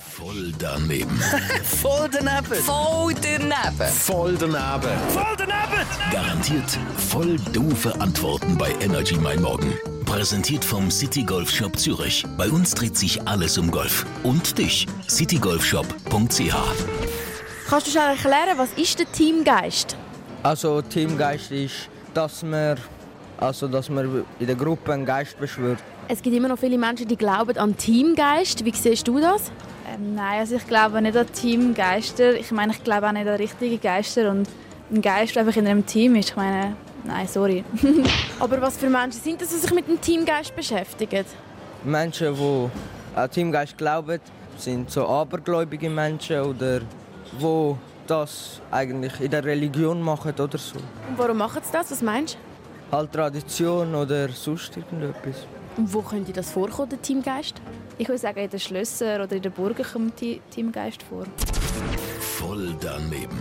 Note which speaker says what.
Speaker 1: Voll daneben.
Speaker 2: Voll daneben.
Speaker 3: Voll daneben.
Speaker 1: Voll daneben. Garantiert voll doofe Antworten bei Energy Mein Morgen. Präsentiert vom City Golf Shop Zürich. Bei uns dreht sich alles um Golf. Und dich, citygolfshop.ch.
Speaker 4: Kannst du schnell erklären, was ist der Teamgeist?
Speaker 5: Also Teamgeist ist, dass man, also dass man in der Gruppe einen Geist beschwört.
Speaker 4: Es gibt immer noch viele Menschen, die glauben an Teamgeist. Wie siehst du das?
Speaker 6: Ähm, nein, also ich glaube nicht an Teamgeister. Ich meine, ich glaube auch nicht an richtige Geister. Und ein Geist, der einfach in einem Team ist, ich meine, nein, sorry.
Speaker 4: Aber was für Menschen sind das, die sich mit dem Teamgeist beschäftigen?
Speaker 5: Menschen, die an Teamgeist glauben, sind so abergläubige Menschen oder wo das eigentlich in der Religion machen oder so.
Speaker 4: Und warum machen sie das? Was meinst du?
Speaker 5: Halt Tradition oder sonst irgendetwas.
Speaker 4: Und wo könnte das vorkommen, der Teamgeist?
Speaker 6: Ich würde sagen, in den Schlössern oder in den Burgen kommt Ti- Teamgeist vor.
Speaker 1: Voll daneben.